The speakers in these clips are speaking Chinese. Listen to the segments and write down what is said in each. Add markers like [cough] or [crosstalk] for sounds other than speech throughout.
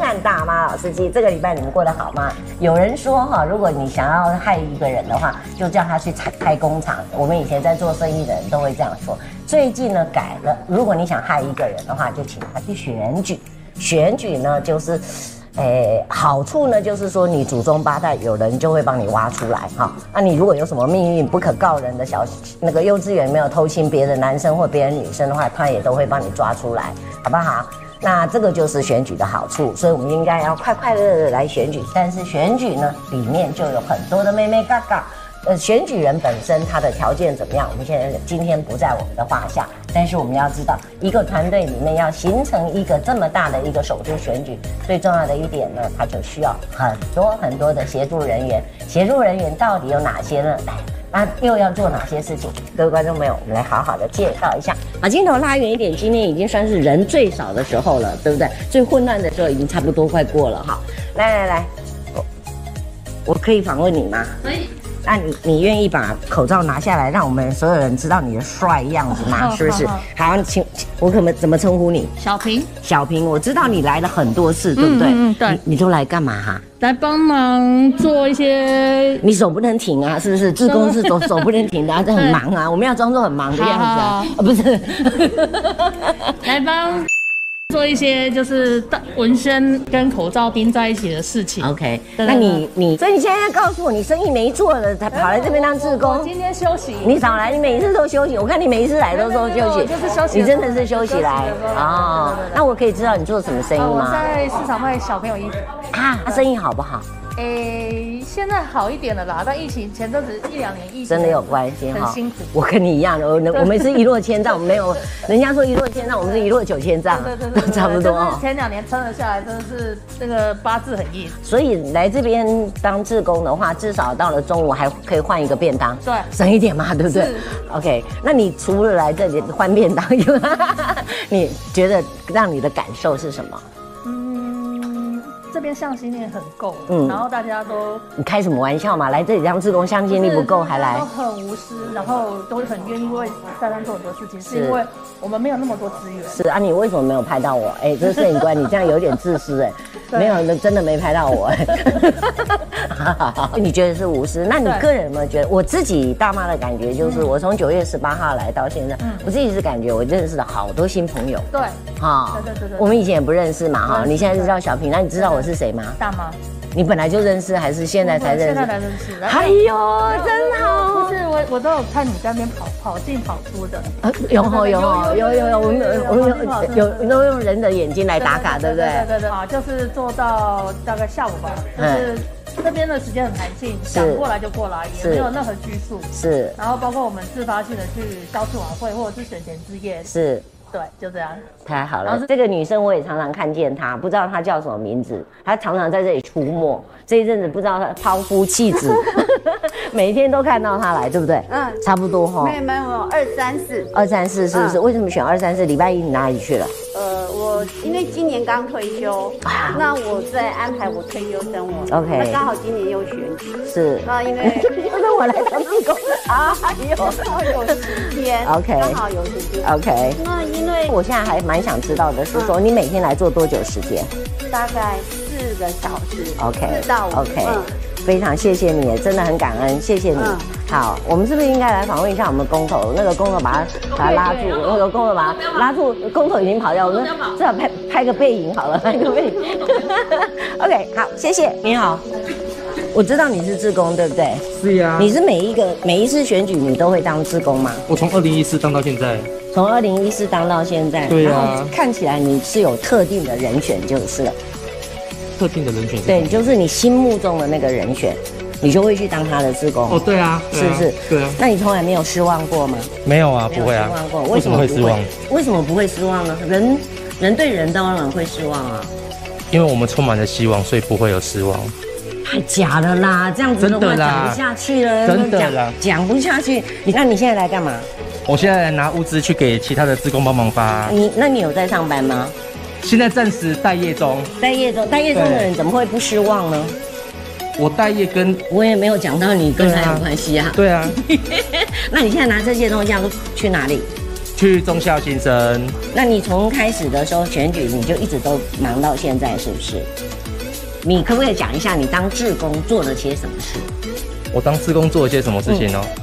看大妈老司机，这个礼拜你们过得好吗？有人说哈，如果你想要害一个人的话，就叫他去开开工厂。我们以前在做生意的人都会这样说。最近呢改了，如果你想害一个人的话，就请他去选举。选举呢就是。诶，好处呢，就是说你祖宗八代有人就会帮你挖出来哈。那、你如果有什么命运不可告人的小那个幼稚园没有偷亲别的男生或别人女生的话，他也都会帮你抓出来，好不好？那这个就是选举的好处，所以我们应该要快快乐乐地来选举。但是选举呢，里面就有很多的妹妹嘎嘎。呃，选举人本身他的条件怎么样，我们现在今天不在我们的话下，但是我们要知道，一个团队里面要形成一个这么大的一个首都选举，最重要的一点呢，它就需要很多很多的协助人员。协助人员到底有哪些呢？哎来，那又要做哪些事情？各位观众朋友，我们来好好的介绍一下。把镜头拉远一点，今天已经算是人最少的时候了，对不对？最混乱的时候已经差不多快过了哈。来来来，我我可以访问你吗？所以那你你愿意把口罩拿下来，让我们所有人知道你的帅样子吗？好是不是好？好，请我可怎么称呼你？小平小平，我知道你来了很多次，对不对？嗯嗯对你你都来干嘛哈、来帮忙做一 [laughs] 些你手不能停啊，是不是？自工是手手不能停的、啊，这很忙啊，我们要装作很忙的样子啊，啊不是？来帮做一些就是大纹身跟口罩钉在一起的事情。 OK，对对对那你你，所以你现在要告诉我，你生意没做了，才跑来这边当志我工？今天休息，你少来，你每一次都休息，我看你每一次来都说没有休没息，有就是休息你真的是休息来休息的时候哦对对对对。那我可以知道你做什么生意呃，我吗？在市场卖小朋友衣服，啊，他生意好不好？诶，现在好一点了啦，但疫情前阵子一两年疫情真的有关系很辛苦我跟你一样的，我我们是一落千丈，没有人家说一落千丈，我们是一落九千丈对对对，对， [laughs] 差不多就是哦。前两年撑了下来，真的是那个八字很硬。所以来这边当志工的话，至少到了中午还可以换一个便当，对省一点嘛，对不对是？OK，那你除了来这里换便当以外， [laughs] 你觉得让你的感受是什么？嗯，这边向心力很够，嗯然后大家都你开什么玩笑嘛？来这里当志工，向心力不够还大来家都？很无私，然后都很愿意为大家做很多事情，是是因为我们没有那么多资源。是啊，你为什么没有拍到我？哎、这摄影官，你这样有点自私哎、对没有，那真的没拍到我、哎你觉得是无私？那你对个人有没有觉得？我自己大妈的感觉就是，我从九月十八号来到现在，我自己是感觉我认识了好多新朋友对，哈。对对对对我们以前也不认识嘛哈。对你现在知道小平，那你知道我是谁吗？大妈你本来就认识，还是现在才认现识在？才认识，然后哎呦，真哦不好！是我，我都有看你在那边跑跑进跑出的。啊有吼有吼有有有，我们有我们有有都用人的眼睛来打卡，对不对？对对对，啊，就是做到大概下午吧，嗯就是这边的时间很弹性，想过来就过来，也没有任何拘束。是然后包括我们自发性的去消除晚会或者是选前之夜，是。对，就这样。太好然了后，是这个女生我也常常看见她，不知道她叫什么名字，她常常在这里出没。这一阵子不知道她抛夫弃 [laughs] 子，每天都看到她来，对不对？嗯嗯，差不多哈没。有没有没有，二三四。二三四是不是？嗯为什么选二三四？礼拜一你哪里去了？呃，我因为今年刚退休，那我在安排我退休生活。啊 OK 那刚好今年又选举，是， [laughs] 那因为那我来当义工。啊 [laughs] 有有时间 OK 刚好有时间。 OK，那 [laughs] 因为我现在还蛮想知道的是说，你每天来做多久时间？大概四个小时 OK，四到五 OK，、嗯非常谢谢你，真的很感恩，谢谢你。嗯好，我们是不是应该来访问一下我们工头？那个工头把哦他把他拉住，那个工头把他拉住，工头已经跑掉，我们至少拍拍个背影好了， [laughs] 拍个背影。OK，好，谢谢，你好。我知道你是志工，对不对？是呀、你是每一个每一次选举你都会当志工吗？我从二零一四当到现在，从二零一四当到现在，对呀啊然后看起来你是有特定的人选就是了，特定的人选是对，谁就是你心目中的那个人选，你就会去当他的志工。哦，对啊，对是啊不是？对啊，那你从来没有失望过吗？没有啊，没有不会啊失望过，，为什么会不失望？？为什么不会失望呢？啊人，人对人当然会失望啊，因为我们充满了希望，所以不会有失望。太假了啦！这样子的真话的啦讲不下去了，真的啦讲，讲不下去。你那你现在来干嘛？我现在来拿物资去给其他的职工帮忙发，你那你有在上班吗？现在暂时待业中。待业中，待业中的人怎么会不失望呢？我待业跟我也没有讲到你跟他有关系啊。对啊，啊那你现在拿这些东西要去哪里？去忠孝新生。那你从开始的时候选举，你就一直都忙到现在，是不是？你可不可以讲一下你当志工做了些什么事？我当志工做了些什么事情呢、嗯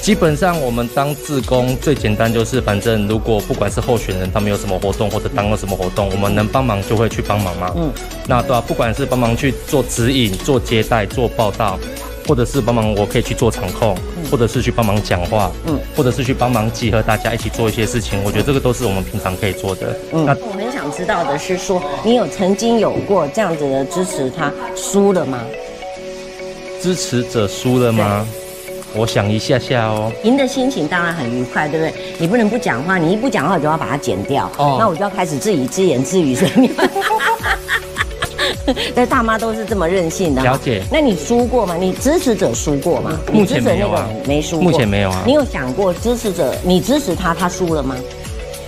基本上我们当志工最简单就是，反正如果不管是候选人他们有什么活动或者当了什么活动，我们能帮忙就会去帮忙嘛。嗯嗯，那对啊，不管是帮忙去做指引、做接待、做报道，或者是帮忙我可以去做场控，或者是去帮忙讲话，嗯嗯，或者是去帮忙集合大家一起做一些事情，我觉得这个都是我们平常可以做的。嗯那，我很想知道的是说，你有曾经有过这样子的支持他输了吗？支持者输了吗？我想一下下哦。赢的心情当然很愉快，对不对？你不能不讲话，你一不讲话我就要把它剪掉，哦那我就要开始自己自言自语在那边。但大妈都是这么任性的哈。了解那你输过吗？你支持者输过吗？目前你支持没有啊那个人没输过。目前没有啊你有想过支持者，你支持他，他输了吗？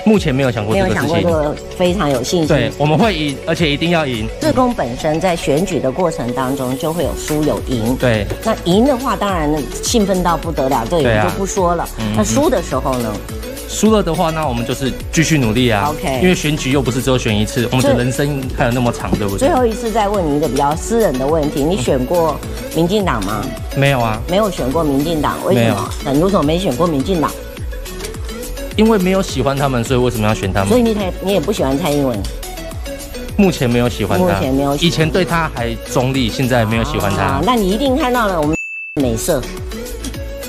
目前没有想过没这有个想事过这情。个，非常有信心。对，我们会赢，而且一定要赢。自工本身在选举的过程当中就会有输有赢。对，那赢的话，当然兴奋到不得了，这个对也啊就不说了。嗯那输的时候呢？输了的话，那我们就是继续努力啊。 OK 因为选举又不是只有选一次，我们的最人生还有那么长，对不对最？后一次再问你一个比较私人的问题，嗯你选过民进党吗？没有啊，没有选过民进党，为没什有嗯么？很多种没选过民进党，因为没有喜欢他们，所以为什么要选他所以们？你才你也不喜欢蔡英文。目前没有喜欢他，目前没有喜欢以前对他还中立，现在没有喜欢他。啊那你一定看到了我们美色。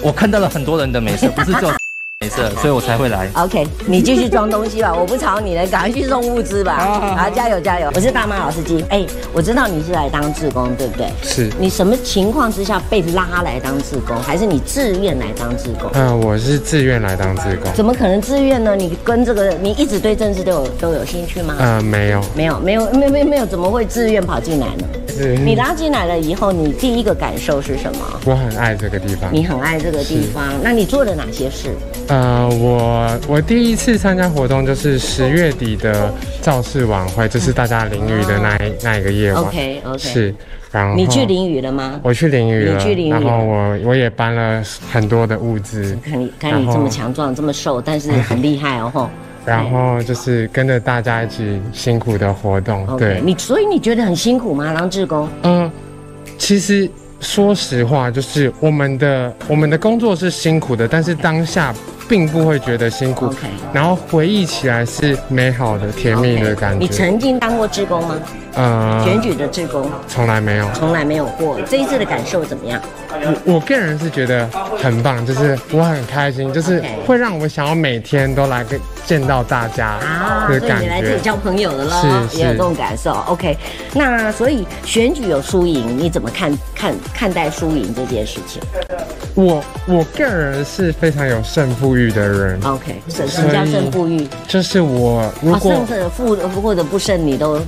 我看到了很多人的美色，不是只有 [laughs] 美色，所以我才会来。 OK，你继续装东西吧，我 [laughs] 不吵你了，赶快去送物资吧。好好好好，加油加油！我是大妈老司机。哎，我知道你是来当志工，对不对？是，你什么情况之下被拉来当志工，还是你自愿来当志工？嗯、我是自愿来当志工，怎么可能自愿呢？你跟这个，你一直对政治都有都有兴趣吗？呃，没有，没有，没有，没有，没有，没有，怎么会自愿跑进来呢？是你拉进来了以后，你第一个感受是什么？嗯我很爱这个地方。你很爱这个地方，那你做了哪些事？呃，我我第一次参加活动就是十月底的造势晚会，就是大家淋雨的那一那一个夜晚。啊 OK，OK 是，然后你去淋雨了吗？我去淋雨了，你去淋雨然后我我也搬了很多的物资，看你看你这么强壮，这么瘦，但是很厉害 [laughs] 哦吼。然后就是跟着大家一起辛苦的活动。 OK，对，你所以你觉得很辛苦吗？当志工？嗯、其实说实话，就是我们的我们的工作是辛苦的，但是当下并不会觉得辛苦 OK 然后回忆起来是美好的、甜蜜的 OK 感你觉。曾经当过志工吗？选呃，举的志工从来没有。从来没有过，这一次的感受怎么样？我我个人是觉得很棒，就是我很开心，就是 OK 会让我想要每天都来跟见到大家啊，所的以感你来这觉里。交朋友了咯，是也有是这种感受。OK，那所以选举有输赢，你怎么看看看待输赢这件事情我我个人是非常有胜负欲的人， ？OK，什什么叫胜负欲？就是我如啊，果、胜者负或者不胜，你都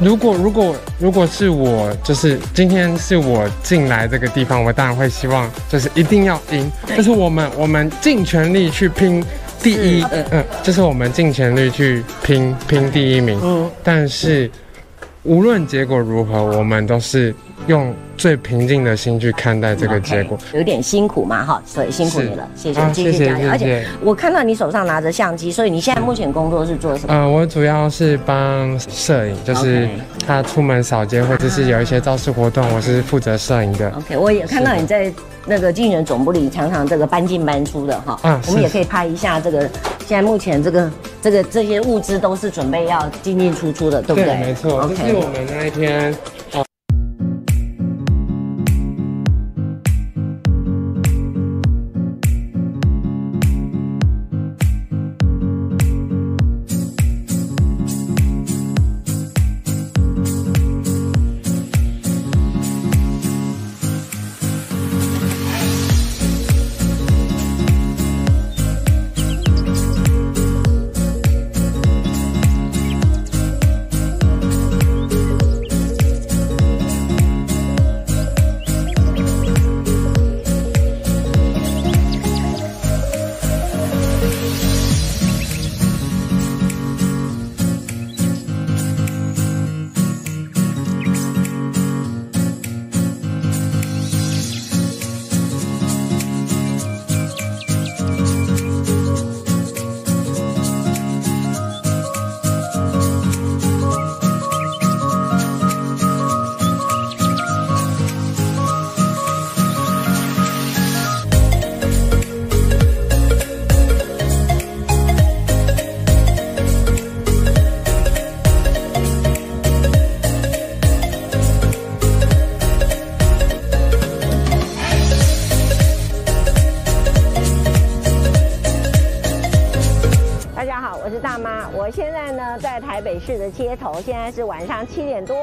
如果如果如果是我，就是今天是我进来这个地方，我当然会希望就是一定要赢，就是我们我们尽全力去拼第一，是嗯、就是我们尽全力去拼拼第一名。嗯但是无论结果如何，我们都是用最平静的心去看待这个结果。有点辛苦嘛哈，所以辛苦是你了，谢谢啊，继续谢谢加油。谢谢而且我看到你手上拿着相机，所以你现在目前工作是做什么？呃，我主要是帮摄影，就是 OK 他出门扫街或者是有一些造势活动，我是负责摄影的。 OK，我也看到你在那个竞选总部里常常这个搬进搬出的哈，啊我们是也可以拍一下这个。现在目前这个这个这些物资都是准备要进进出出的，对不对？没错就是我 OK，们那一天。呃站呢，在台北市的街头，现在是晚上七点多，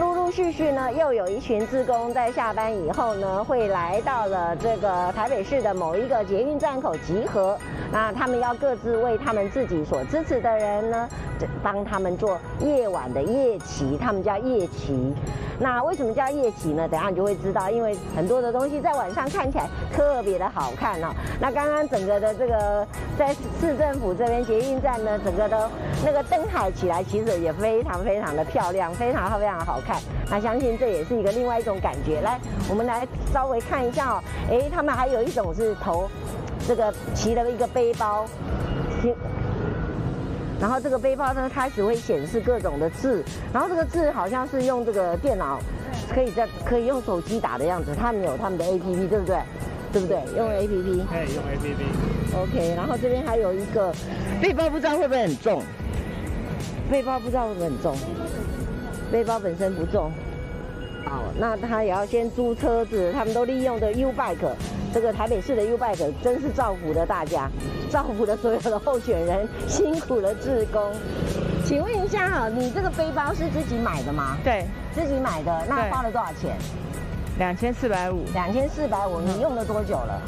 陆陆续续呢，又有一群志工在下班以后呢，会来到了这个台北市的某一个捷运站口集合。那他们要各自为他们自己所支持的人呢，这帮他们做夜晚的夜骑，他们叫夜骑。那为什么叫夜骑呢？等一下你就会知道，因为很多的东西在晚上看起来特别的好看哦。那刚刚整个的这个在市政府这边捷运站呢，整个的那个灯海起来，其实也非常非常的漂亮，非常非常好看。那相信这也是一个另外一种感觉。来，我们来稍微看一下哦。诶，他们还有一种是头这个骑了一个背包，行。然后这个背包呢开始会显示各种的字，然后这个字好像是用这个电脑，可以在可以用手机打的样子，他们有他们的 APP 对不对？对不对？用 APP。可以用 APP。 OK，然后这边还有一个背包，不知道会不会很重？背包不知道会不会很重？背包本身不重。好，那他也要先租车子，他们都利用的 U Bike，这个台北市的 U Bike 真是造福了大家。造福了所有的候选人，辛苦了志工。请问一下哈，你这个背包是自己买的吗？对，自己买的，那对花了多少钱？两千四百五，两千四百五，你用了多久了？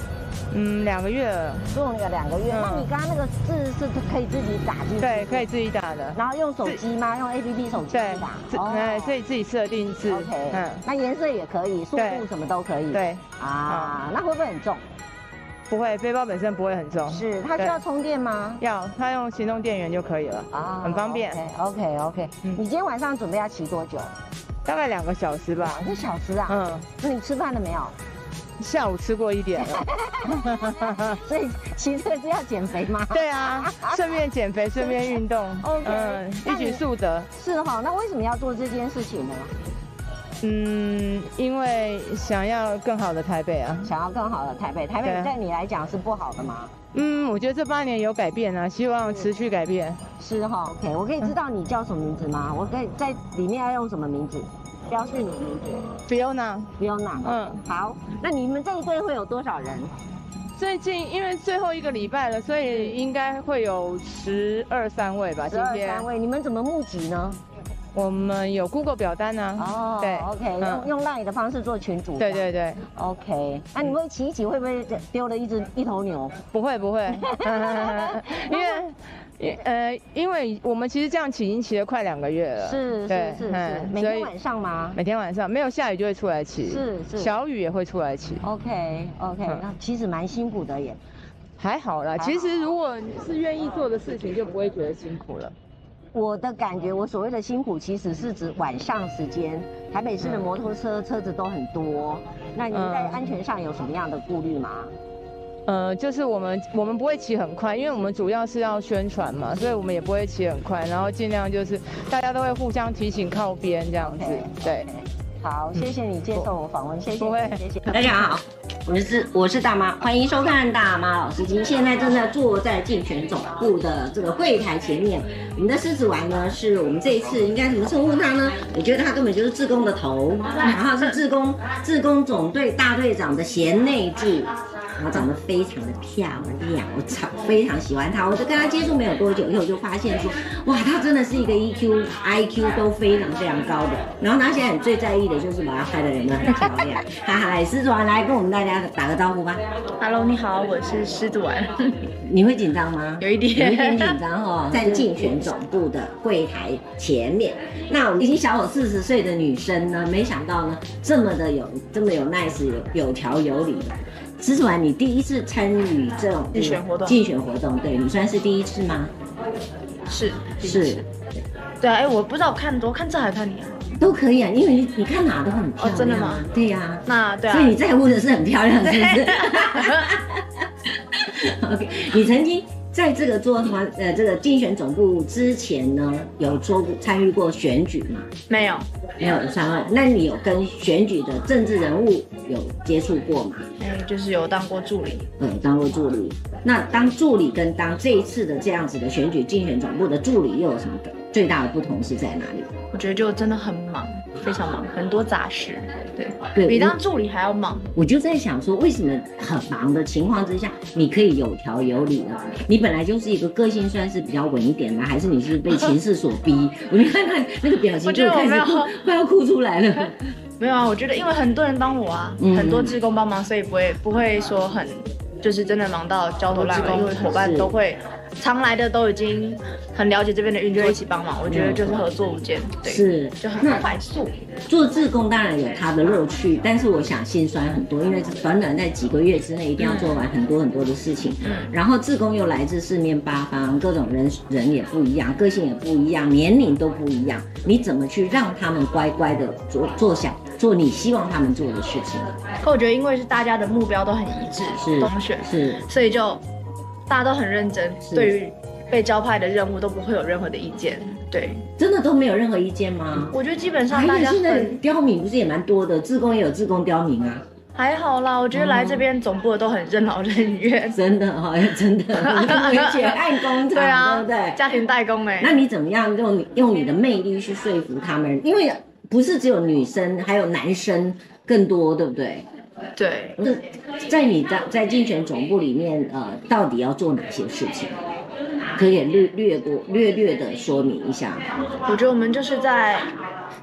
嗯，两个月了，用了两个月。嗯那你刚刚那个字是可以自己打进去？对，可以。自己打的，然后用手机吗？用 APP 手机对去打，自哎，所以自己设定嗯制， OK，那颜色也可以，速度对什么都可以。对，嗯啊，那会不会很重？不会，背包本身不会很重，是，它需对要充电吗？要它用行动电源就可以了，啊很方便，嗯 OK OK，, o k 你今天晚上准备要骑多久？大概两个小时吧两，个小时啊？嗯，那你吃饭了没有？下午吃过一点了，所以骑车是要减肥吗？嗯对啊，顺便减肥，顺便运动 OK，嗯，那一举你数得，是哈、那为什么要做这件事情呢？嗯，因为想要更好的台北啊，想要更好的台北，台北对啊在你来讲是不好的吗？嗯，我觉得这八年有改变啊，希望持续改变，是哈、o k 我可以知道你叫什么名字吗？嗯我可以在里面要用什么名字？标示你的名字， Fiona。不用拿。嗯嗯，好，那你们这一队会有多少人？最近因为最后一个礼拜了，所以应该会有十二三位吧。十今二天三位，你们怎么募集呢？我们有 Google 表单啊。哦，对，OK，、用嗯用 LINE 的方式做群主，对对嗯对， ，OK。那、你们骑一骑会不会丢了一只一头牛？不会 [laughs] [laughs] 不会，因为。呃，因为我们其实这样骑已经骑了快两个月了，是对是是是嗯，每所天以晚上吗？每天晚上没有下雨就会出来骑，是是小雨也会出来骑， OK OK，、嗯那其实蛮辛苦的耶。还好啦。其实如果你是愿意做的事情，就不会觉得辛苦了。我的感觉，我所谓的辛苦，其实是指晚上时间，台北市的摩托车、车子都很多。那你们在嗯安全上有什么样的顾虑吗？呃，就是我们我们不会骑很快，因为我们主要是要宣传嘛，所以我们也不会骑很快，然后尽量就是大家都会互相提醒靠边这样子 OK，对。好，谢谢你接受我访问，谢谢不会你，谢谢。大家好，我是我是大妈，欢迎收看大妈老司机。现在正在坐在竞选总部的这个柜台前面，我们的狮子丸呢，是我们这一次应该怎么称呼他呢？我觉得他根本就是志工的头，然后是志工志工总队大队长的贤内助。然后长得非常的漂亮，我超非常喜欢她。我就跟她接触没有多久以后，就发现说，哇，她真的是一个 E EQ、IQ 都非常非常高的。然后她现在很最在意的就是把她拍的有没有很漂亮。哈哈，来，狮子王来跟我们大家打个招呼吧。 Hello，你好，我是狮子丸，你会紧张吗？有一有点一点紧张 [laughs] 哦，在竞选总部的柜台前面。那我们已经小我四十岁的女生呢，没想到呢，这么的有这么有 nice，有有条有理。石子丸，你第一次参与这种竞选活动竞选活动，对你算是第一次吗？是是，对啊，哎、我不知道我看多看这还看你啊？都可以啊，因为你你看哪都很漂亮啊、哦真的吗对呀、那对啊所以，你在乎的是很漂亮，是不是 [laughs] ？OK，你曾经在这个做什么？呃，这个竞选总部之前呢，有做过参与过选举吗？没有没有参与。那你有跟选举的政治人物有接触过吗？哎、就是有当过助理，呃，当过助理。那当助理跟当这一次的这样子的选举竞选总部的助理又有什么最大的不同是在哪里？我觉得就真的很忙，非常忙，很多杂事，对对，比当助理还要忙。我就在想说，为什么很忙的情况之下，你可以有条有理呢？你本来就是一个个性算是比较稳一点的，还是你是被情势所逼？我你看看那个表情，我觉得就我开没始有哭， [laughs] 快要哭出来了。没有啊，我觉得因为很多人帮我啊，嗯很多志工帮忙，所以不会不会说很就是真的忙到焦头烂额，因为伙伴都会常来的都已经很了解这边的运作，一起帮忙。我觉得就是合作无间， [laughs] 对，嗯是就很那快速。做志工当然有它的乐趣，但是我想心酸很多，因为短短在几个月之内一定要做完很多很多的事情。嗯然后志工又来自四面八方，各种人人也不一样，个性也不一样，年龄都不一样，你怎么去让他们乖乖的做做想做你希望他们做的事情？可我觉得因为是大家的目标都很一致，是东选，是所以就大家都很认真，是对于被交派的任务都不会有任何的意见。对，真的都没有任何意见吗？我觉得基本上还大有家哎现在很刁民不是也蛮多的，志工也有志工刁民啊，还好啦。我觉得来嗯这边总部的都很任劳任怨， [laughs] 真的哈、真的，而且按工厂，对啊，不对？家庭代工哎、那你怎么样用你用你的魅力去说服他们？因为不是只有女生，还有男生更多，对不对？对，那在你在在竞选总部里面，呃，到底要做哪些事情？可以略略过略略的说明一下。我觉得我们就是在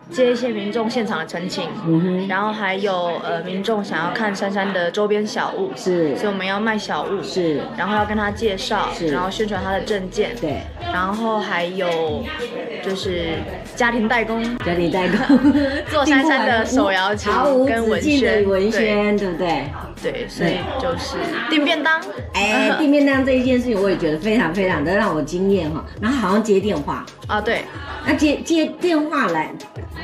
接一些民众现场的澄清，嗯哼，然后还有呃民众想要看珊珊的周边小物，是所以我们要卖小物，是，然后要跟他介绍是，然后宣传他的证件，对，然后还有就是家庭代工，家庭代 [laughs] 工，做珊珊的手摇琴嗯毫无跟止文境的宣文宣，对不对？对，所以就是订便当， [laughs] 哎，地面上这一件事情，我也觉得非常非常的让我惊艳哈。然后好像接电话，啊对，那接接电话来，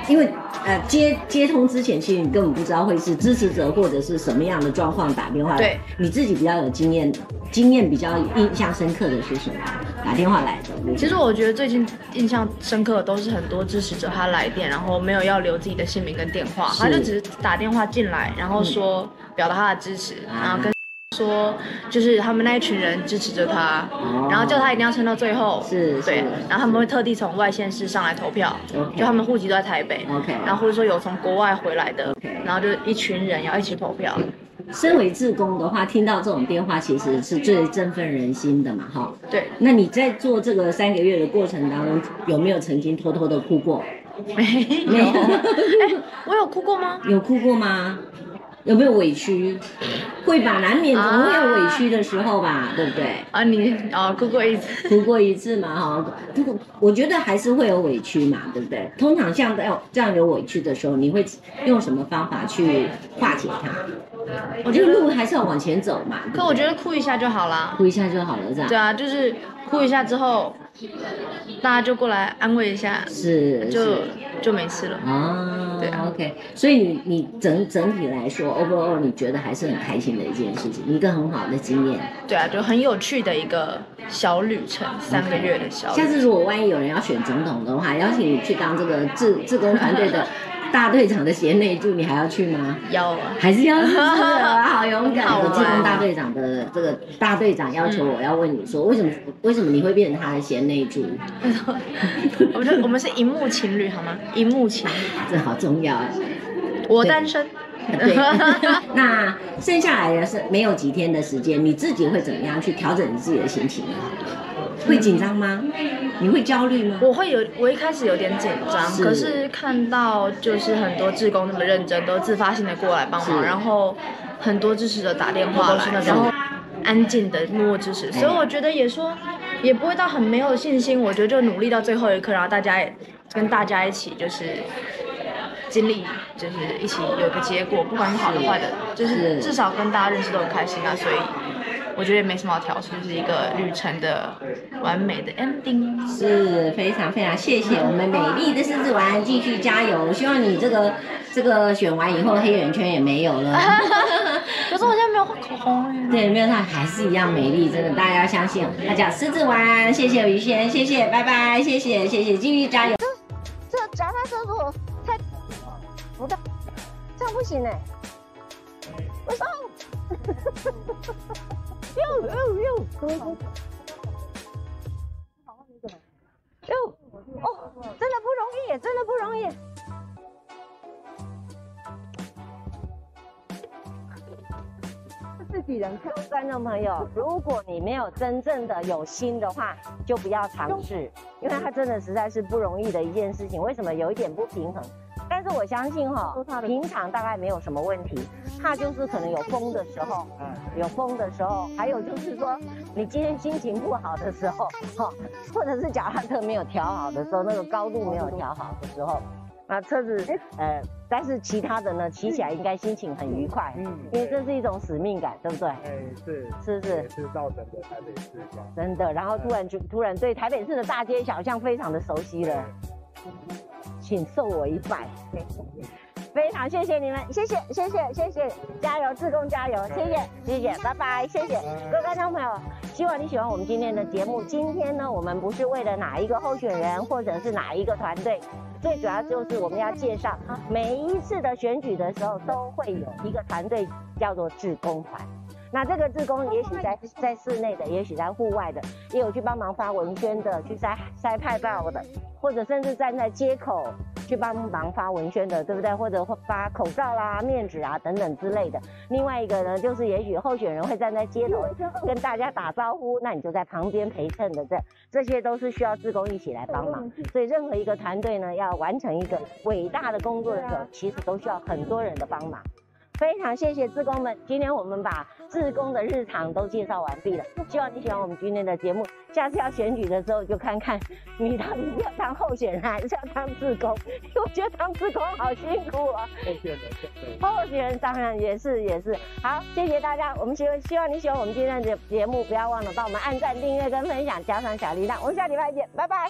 因为呃接接通之前，其实你根本不知道会是支持者或者是什么样的状况打电话来。对，你自己比较有经验，经验比较印象深刻的是什么？打电话来的。我其实我觉得最近印象深刻的都是很多支持者他来电，然后没有要留自己的姓名跟电话，是嗯他就只是打电话进来，然后说表达他的支持，啊然后跟说就是他们那一群人支持着他，哦然后叫他一定要撑到最后，是对是，然后他们会特地从外县市上来投票 OK，哦就他们户籍都在台北 OK 然后或者说有从国外回来的 OK 然后就一群人要一起投票，身为志工的话，听到这种电话其实是最振奋人心的嘛，哈。对， [laughs] 那你在做这个三个月的过程当中，有没有曾经偷偷的哭过？没没有，有哎，我有哭过吗？有哭过吗？有没有委屈？会吧，难免总会有委屈的时候吧，对不对？啊，你啊，哭过一次。哭过一次嘛，哈，不过我觉得还是会有委屈嘛，对不对？通常像这样这样有委屈的时候，你会用什么方法去化解它？我觉得路还是要往前走嘛。对不对可我觉得哭一下就好啦。哭一下就好了，是吧？对啊，就是哭一下之后，大家就过来安慰一下，是就是就没事了。啊，对啊 o k 所以你你整整体来说，overall 你觉得还是很开心的一件事情，一个很好的经验。对啊，就很有趣的一个小旅程，三个月的小旅下程。次如果万一有人要选总统的话，邀请你去当这个志志工团队的大队长的贤内助，你还要去吗？要啊，还是要去的啊，好勇敢！好我玩志工大队长的这个大队长要求我要问你说，为什么为什么你会变成他的贤内助？我们就我们是荧幕情侣好吗？荧幕情侣，这好重要啊！我单身。对， [laughs] 那剩下来的是没有几天的时间，你自己会怎么样去调整你自己的心情呢？会紧张吗？你会焦虑吗？我会有，我一开始有点紧张，嗯是可是看到就是很多志工那么认真，都自发性的过来帮忙，是然后很多支持者打电话来，然后安静的默默支持，所以我觉得也嗯说也不会到很没有信心，我觉得就努力到最后一刻，然后大家也跟大家一起就是。经历就是一起有个结果，不管是好的坏的，就是是至少跟大家认识都很开心啊，所以我觉得也没什么好调试，就是一个旅程的完美的 ending。是非常非常谢谢我们美丽的狮子丸，继续加油！希望你这个这个选完以后黑眼圈也没有了。可是我现在没有画口红。对，没有她还是一样美丽，真的，大家要相信。她叫狮子丸，谢谢于轩，谢谢，拜拜，谢谢，谢谢，继续加油。这夹他车锁太不对，这样不行哎、为什么？哟哟哟！哟哦，真的不容易。易，真的不容易。自己人看，观众朋友，如果你没有真正的有心的话，就不要尝试，因为它真的实在是不容易的一件事情。为什么有一点不平衡？但是我相信哈、平常大概没有什么问题，怕就是可能有风的时候，有风的时候，还有就是说你今天心情不好的时候， [laughs] 哈、或者是脚踏车没有调好的时候，那个高度没有调好的时候，那车子呃，但是其他的呢，骑起来应该心情很愉快，因为这是一种使命感，对不嗯对？哎，是，是不是也是造成的台北市况。真的，然后突然就突然对台北市的大街小巷非常的熟悉了，请受我一拜。非常谢谢你们，谢谢谢谢谢谢，加油，志工加油，谢谢谢谢，拜拜，谢谢各位观众朋友，希望你喜欢我们今天的节目。今天呢，我们不是为了哪一个候选人或者是哪一个团队，最主要就是我们要介绍每一次的选举的时候都会有一个团队叫做志工团。那这个志工也许在在室内的，也许在户外的，也有去帮忙发文宣的，去塞塞派报的，或者甚至站在街口去帮忙发文宣的，对不对？或者会发口罩啦、面纸啊等等之类的。另外一个呢，就是也许候选人会站在街头跟大家打招呼，那你就在旁边陪衬的，这这些都是需要志工一起来帮忙。所以任何一个团队呢，要完成一个伟大的工作的时候，其实都需要很多人的帮忙。非常谢谢志工们，今天我们把志工的日常都介绍完毕了，希望你喜欢我们今天的节目。下次要选举的时候，就看看你到底是要当候选人还是要当志工， [laughs] 因为我觉得当志工好辛苦啊。谢谢你，谢谢你。候选人当然也是也是。好，谢谢大家，我们希望希望你喜欢我们今天的节目，不要忘了帮我们按赞、订阅跟分享，加上小铃铛。我们下礼拜见，拜拜。